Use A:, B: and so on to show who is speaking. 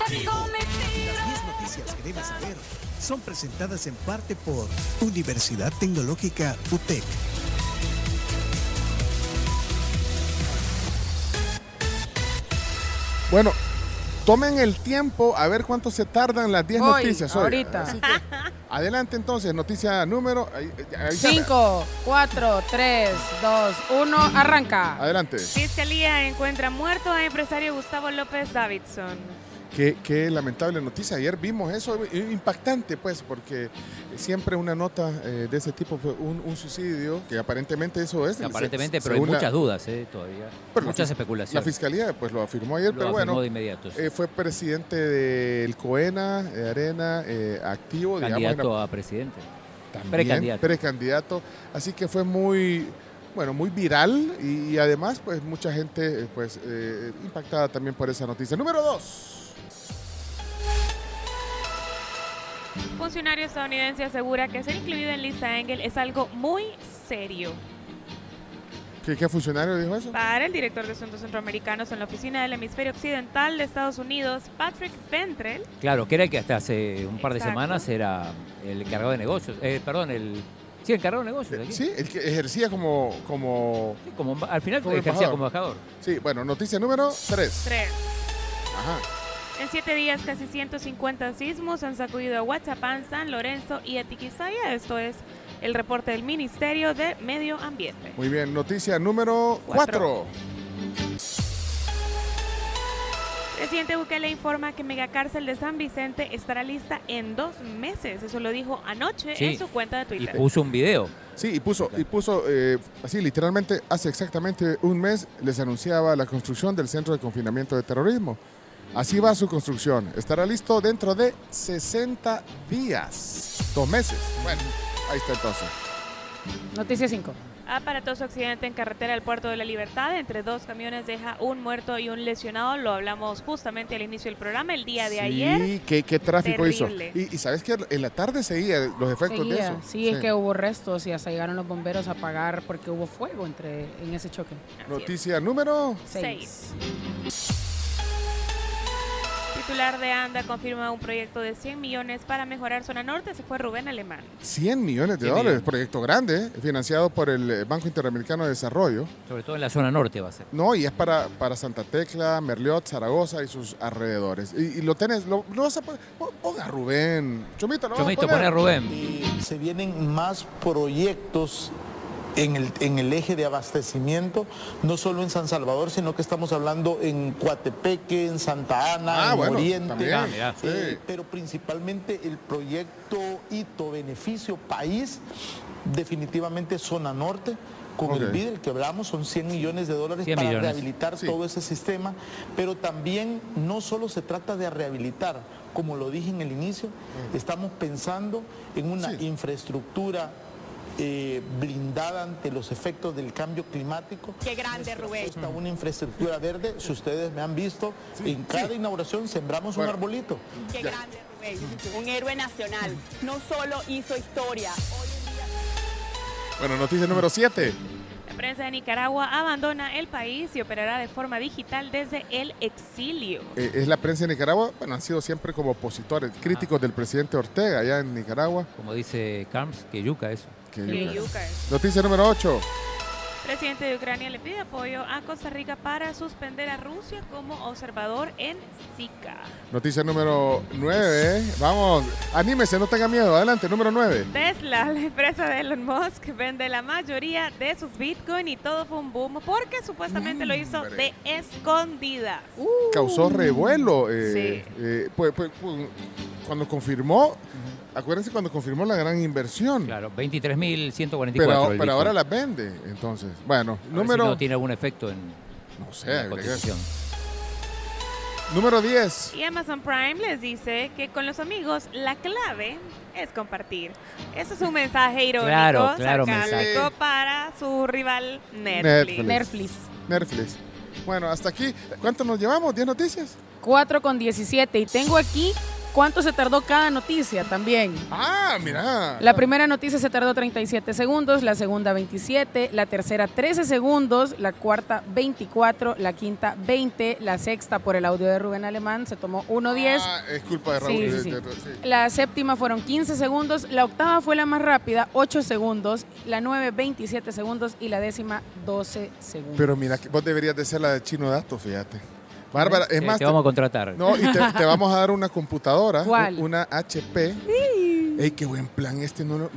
A: Las 10 noticias que debes saber son presentadas en parte por Universidad Tecnológica UTEC.
B: Bueno, tomen el tiempo a ver cuánto se tardan las 10
C: Voy,
B: noticias hoy.
C: ahorita.
B: Así que, adelante entonces, noticia número. ahí- ahí está.
C: 5, 4, 3, 2, 1, arranca.
B: Adelante.
D: Fiscalía encuentra muerto a empresario Gustavo López Davidson.
B: Qué, qué lamentable noticia. Ayer vimos eso, eh, impactante, pues, porque siempre una nota eh, de ese tipo fue un, un suicidio, que aparentemente eso es.
E: Aparentemente,
B: Se-
E: pero hay
B: según la-
E: muchas dudas eh, todavía.
B: Pero la
E: muchas
B: fis- La
E: especulaciones.
B: fiscalía, pues, lo afirmó ayer,
E: Lo
B: pero
E: afirmó pues.
B: bueno.
E: de inmediato.
B: eh, fue presidente del COENA, de Arena, eh, activo, digamos, en la-
E: candidato a presidente.
B: También,
E: Precandidato.
B: precandidato. Así que fue muy, bueno, muy viral y, y además, pues mucha gente, eh, pues, eh, impactada también por esa noticia. Número dos.
D: Funcionario estadounidense asegura que ser incluido en lista Engel es algo muy serio.
B: ¿Qué, qué funcionario dijo eso?
D: Para el director de Asuntos Centroamericanos en la Oficina del Hemisferio Occidental de Estados Unidos, Patrick Ventrell,
E: Claro, que era el que hasta hace un par de
D: Exacto.
E: semanas era el encargado de negocios. Eh, perdón, el. Sí, encargado de negocios. aquí.
B: Eh, Sí, el que ejercía como, como,
E: Sí, como, al final
B: Como
E: ejercía
B: embajador.
E: como embajador.
B: sí, bueno, noticia número tres.
D: 3.
B: Ajá.
D: En siete días, casi 150 sismos han sacudido a Huachapán, San Lorenzo y Atiquizaya. Esto es el reporte del Ministerio de Medio Ambiente.
B: Muy bien, noticia número cuatro.
D: Cuatro. Presidente Bukele informa que megacárcel de San Vicente estará lista en dos meses. Eso lo dijo anoche
E: Sí.
D: en su cuenta de
E: Y
D: Twitter.
E: puso un video.
B: Sí, y puso, y puso eh, así literalmente hace exactamente un mes les anunciaba la construcción del centro de confinamiento de terrorismo. Así va su construcción. Estará listo dentro de 60 días. Dos meses. Bueno, ahí está entonces.
C: Noticia 5.
D: Aparatoso accidente en carretera al Puerto de la Libertad. Entre dos camiones deja un muerto y un lesionado. Lo hablamos justamente al inicio del programa, el día de ayer.
B: Sí, qué, qué tráfico
D: terrible.
B: hizo. Y, y sabes que en la tarde seguía los efectos de
C: Seguía.
B: eso.
C: Sí, es que hubo restos y hasta llegaron los bomberos a apagar porque hubo fuego entre en ese choque.
D: Así es.
B: Noticia número.
C: Seis.
D: Titular de ANDA confirma un proyecto de 100 millones para mejorar zona norte. Se fue Rubén Alemán.
B: 100 millones de
E: 100
B: dólares,
E: millones.
B: proyecto grande, eh, financiado por el eh, Banco Interamericano de Desarrollo.
E: Sobre todo en la zona norte va a ser.
B: No, y es para, para Santa Tecla, Merliot, Zaragoza y sus alrededores. Y, y lo tenés, lo, lo vas a poner. pon- Ponga a Rubén. Chomito, lo vas
E: Chomito,
B: a poner.
E: pone a Rubén.
F: Y se vienen más proyectos en el, en el eje de abastecimiento, no solo en San Salvador, sino que estamos hablando en Coatepeque, en Santa
B: Ah,
F: Ana, en
B: bueno,
F: Oriente.
B: también.
E: Ah, mirá.
F: Eh,
B: Sí.
F: Pero principalmente el proyecto Hito Beneficio País, definitivamente Zona Norte. Con
B: Ok.
F: el BID, el que hablamos, son 100 millones de dólares
E: 100
F: para
E: millones.
F: rehabilitar
B: Sí.
F: todo ese sistema, pero también no solo se trata de rehabilitar, como lo dije en el inicio, estamos pensando en una
B: Mm. Sí.
F: infraestructura eh, blindada ante los efectos del cambio climático.
G: Qué grande,
B: Eh.
G: Rubén.
F: Está una infraestructura verde, si ustedes me han visto, en cada inauguración sembramos
B: Bueno.
F: un arbolito.
G: Qué grande, Rubén. Un héroe nacional. No solo hizo historia,
B: Bueno, noticia número 7.
D: La prensa de Nicaragua abandona el país y operará de forma digital desde el exilio.
B: Eh, es la prensa de Nicaragua. Bueno, han sido siempre como opositores,
E: Ah.
B: críticos del presidente Ortega allá en Nicaragua.
E: Como dice Carms, que yuca eso.
B: Qué
D: Qué
B: yuca.
D: yuca es.
B: Noticia número 8.
D: Presidente de Ucrania le pide apoyo a Costa Rica para suspender a Rusia como observador en SICA.
B: Noticia número 9. Vamos, anímese, no tenga miedo. Adelante, número 9.
D: Tesla, la empresa de Elon Musk, vende la mayoría de sus Bitcoin y todo fue un boom porque supuestamente lo hizo
B: Hombre.
D: de escondidas.
B: Causó revuelo. eh,
D: Sí.
B: eh, pues, pues, pues, cuando confirmó, acuérdense cuando confirmó la gran inversión.
E: Claro, 23.144.
B: Hmm. Pero,
E: el
B: pero
E: Bitcoin.
B: ahora las vende, entonces. Bueno,
E: A ver si
B: número,
E: no tiene algún efecto en,
B: no sé,
E: en la
B: habría que-
E: cotización.
B: número 10.
D: Y Amazon Prime les dice que con los amigos la clave es compartir. Eso es un mensaje irónico,
E: Claro, claro,
D: sarcástico
B: mensaje.
D: para su rival Netflix.
B: Netflix.
C: Netflix.
B: Netflix. Bueno, hasta aquí. ¿Cuánto nos llevamos? ¿10 noticias?
C: 4 con 17. Y tengo aquí ¿Cuánto se tardó cada noticia también?
B: Ah, mira.
C: La primera noticia se tardó 37 segundos, la segunda 27, la tercera 13 segundos, la cuarta 24, la quinta 20, la sexta por el audio de Rubén Alemán se tomó 1.10,
B: Ah, es culpa de Raúl.
C: Sí,
B: de-
C: sí,
B: de- de- sí.
C: la séptima fueron 15 segundos, la octava fue la más rápida, 8 segundos, la 9 27 segundos y la décima 12 segundos.
B: Pero mira, que vos deberías de ser la de Chino Datos, fíjate. Bárbara, es
E: Eh,
B: más,
E: te
B: te-
E: vamos a contratar.
B: no, y te, te vamos a dar una computadora,
C: ¿Cuál?
B: una HP. Ey, qué buen plan este, no lo-